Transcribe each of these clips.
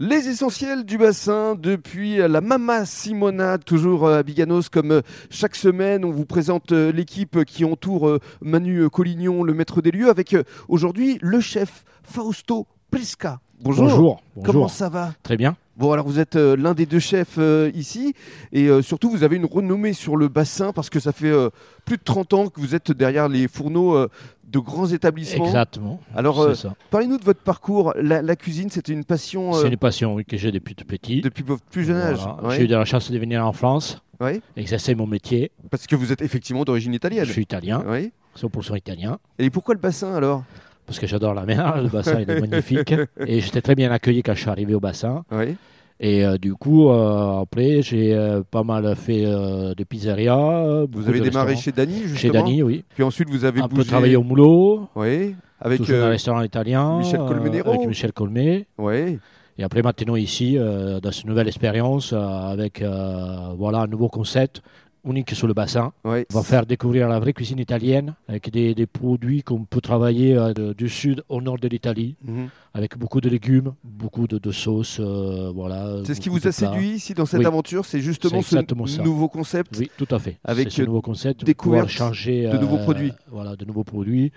Les essentiels du bassin depuis la Mama Simona, toujours euh, à Biganos, comme chaque semaine, on vous présente euh, l'équipe qui entoure euh, Manu Collignon, le maître des lieux, avec euh, aujourd'hui le chef Fausto Prisca. Bonjour. Bonjour. Comment ça va Très bien. Bon, alors vous êtes euh, l'un des deux chefs euh, ici, et euh, surtout vous avez une renommée sur le bassin parce que ça fait euh, plus de 30 ans que vous êtes derrière les fourneaux euh, de grands établissements. Exactement. Alors, euh, c'est ça. parlez-nous de votre parcours. La, la cuisine, c'était une passion euh, C'est une passion oui, que j'ai depuis tout petit. depuis votre plus jeune âge. Voilà. Ouais. J'ai eu de la chance de venir en France, Ouais. exercer mon métier. Parce que vous êtes effectivement d'origine italienne. Je suis italien, Oui. 100% italien, Et pourquoi le bassin alors parce que j'adore la mer, le bassin il est magnifique. Et j'étais très bien accueilli quand je suis arrivé au bassin. Oui. Et euh, du coup, euh, après, j'ai euh, pas mal fait euh, de pizzeria. Vous avez démarré chez Dany justement. Chez Dany, oui. Puis ensuite vous avez Un bougé. peu travaillé au moulot, Oui. Avec. toujours dans euh, un restaurant italien. Michel euh, Colmenero. avec Michel Colmet. ouais. Et après maintenant ici, euh, dans cette nouvelle expérience, euh, avec euh, voilà, un nouveau concept unique sur le bassin. Ouais. On va faire découvrir la vraie cuisine italienne avec des, des produits qu'on peut travailler euh, de- du sud au nord de l'Italie, Mhm. avec beaucoup de légumes, beaucoup de, de sauces. euh, voilà, C'est ce qui beaucoup vous a de plats. séduit ici dans cette Oui. aventure, c'est justement C'est exactement ce ça. nouveau concept. Oui, tout à fait. Avec, Avec ce euh, nouveau concept, découverte pouvoir changer de nouveaux euh, produits. Voilà, de nouveaux produits.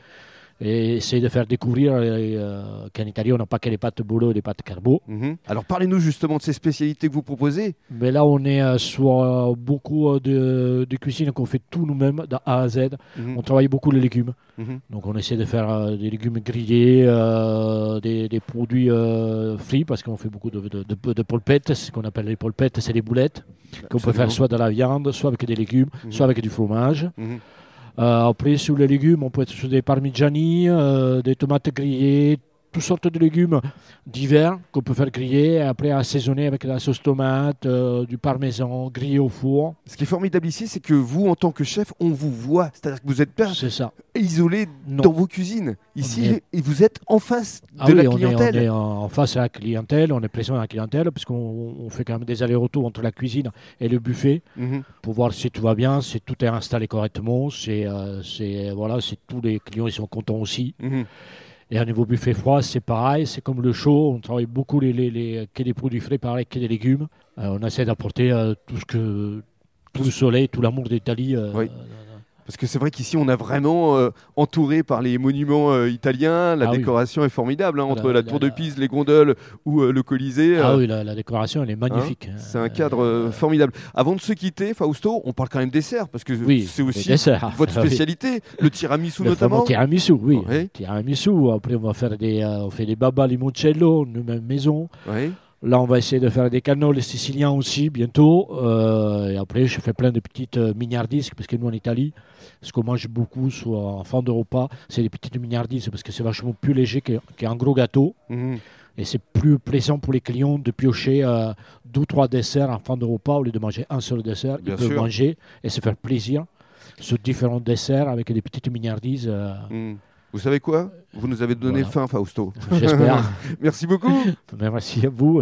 Et essayer de faire découvrir euh, qu'en Italie, on n'a pas que les pâtes boulot et les pâtes carbo. Mhm. Alors parlez-nous justement de ces spécialités que vous proposez. Mais là, on est euh, sur euh, beaucoup euh, de, de cuisine qu'on fait tout nous-mêmes, de A à Z. Mhm. On travaille beaucoup les légumes. Mhm. Donc, on essaie de faire euh, des légumes grillés, euh, des, des produits euh, frits, parce qu'on fait beaucoup de, de, de- de polpettes. Ce qu'on appelle les polpettes, c'est les boulettes qu'on peut Absolument. faire soit de la viande, soit avec des légumes, Mhm. soit avec du fromage. Mhm. Euh, après, sur les légumes, on peut être sur des parmigiani, euh, des tomates grillées, toutes sortes de légumes divers qu'on peut faire griller et après assaisonner avec de la sauce tomate, euh, du parmesan grillé au four. Ce qui est formidable ici, c'est que vous, en tant que chef, on vous voit. C'est-à-dire que vous n'êtes pas C'est ça. isolé Non. dans vos cuisines. Ici, On est- et vous êtes en face de Ah la oui, on est- on clientèle. est, en en face à la clientèle, on est présent à la clientèle puisqu'on on fait quand même des allers-retours entre la cuisine et le buffet Mhm. pour voir si tout va bien, si tout est installé correctement, si, euh, si, euh, voilà, si tous les clients ils sont contents aussi. Mhm. Et au niveau buffet froid, c'est pareil, c'est comme le chaud, on travaille beaucoup les, les, les, que des produits frais, pareil, que des légumes. Euh, on essaie d'apporter euh, tout ce que tout le soleil, tout l'amour d'Italie. euh, Oui. Parce que c'est vrai qu'ici, on a vraiment euh, entouré par les monuments euh, italiens. La Ah oui. Ah décoration est formidable hein, entre la, La- la- tour de la- Pise, les gondoles ou euh, le Colisée. Ah euh, oui, la, la décoration, elle est magnifique. hein. C'est un cadre euh, formidable. Avant de se quitter, Fausto, on parle quand même dessert parce que oui, c'est le aussi dessert. votre Ah oui. spécialité, le tiramisu Le notamment. fameux tiramisu, oui. Oui. Tiramisu. Après, on va faire des, euh, on fait des babas limoncello, nous-mêmes maison. Oui. Là, on va essayer de faire des canoles siciliens aussi bientôt. Euh, et après, je fais plein de petites euh, mignardisques parce que nous, en Italie, ce qu'on mange beaucoup soit en fin de repas, c'est des petites mignardisques parce que c'est vachement plus léger que- qu'un gros gâteau. Mhm. Et c'est plus plaisant pour les clients de piocher euh, deux ou trois desserts en fin de repas au lieu de manger un seul dessert. Bien ils peuvent sûr. manger et se faire plaisir sur différents desserts avec des petites mignardises. euh, Mhm. Vous savez quoi Vous nous avez donné Voilà. faim, Fausto. J'espère. Merci beaucoup. Merci à vous.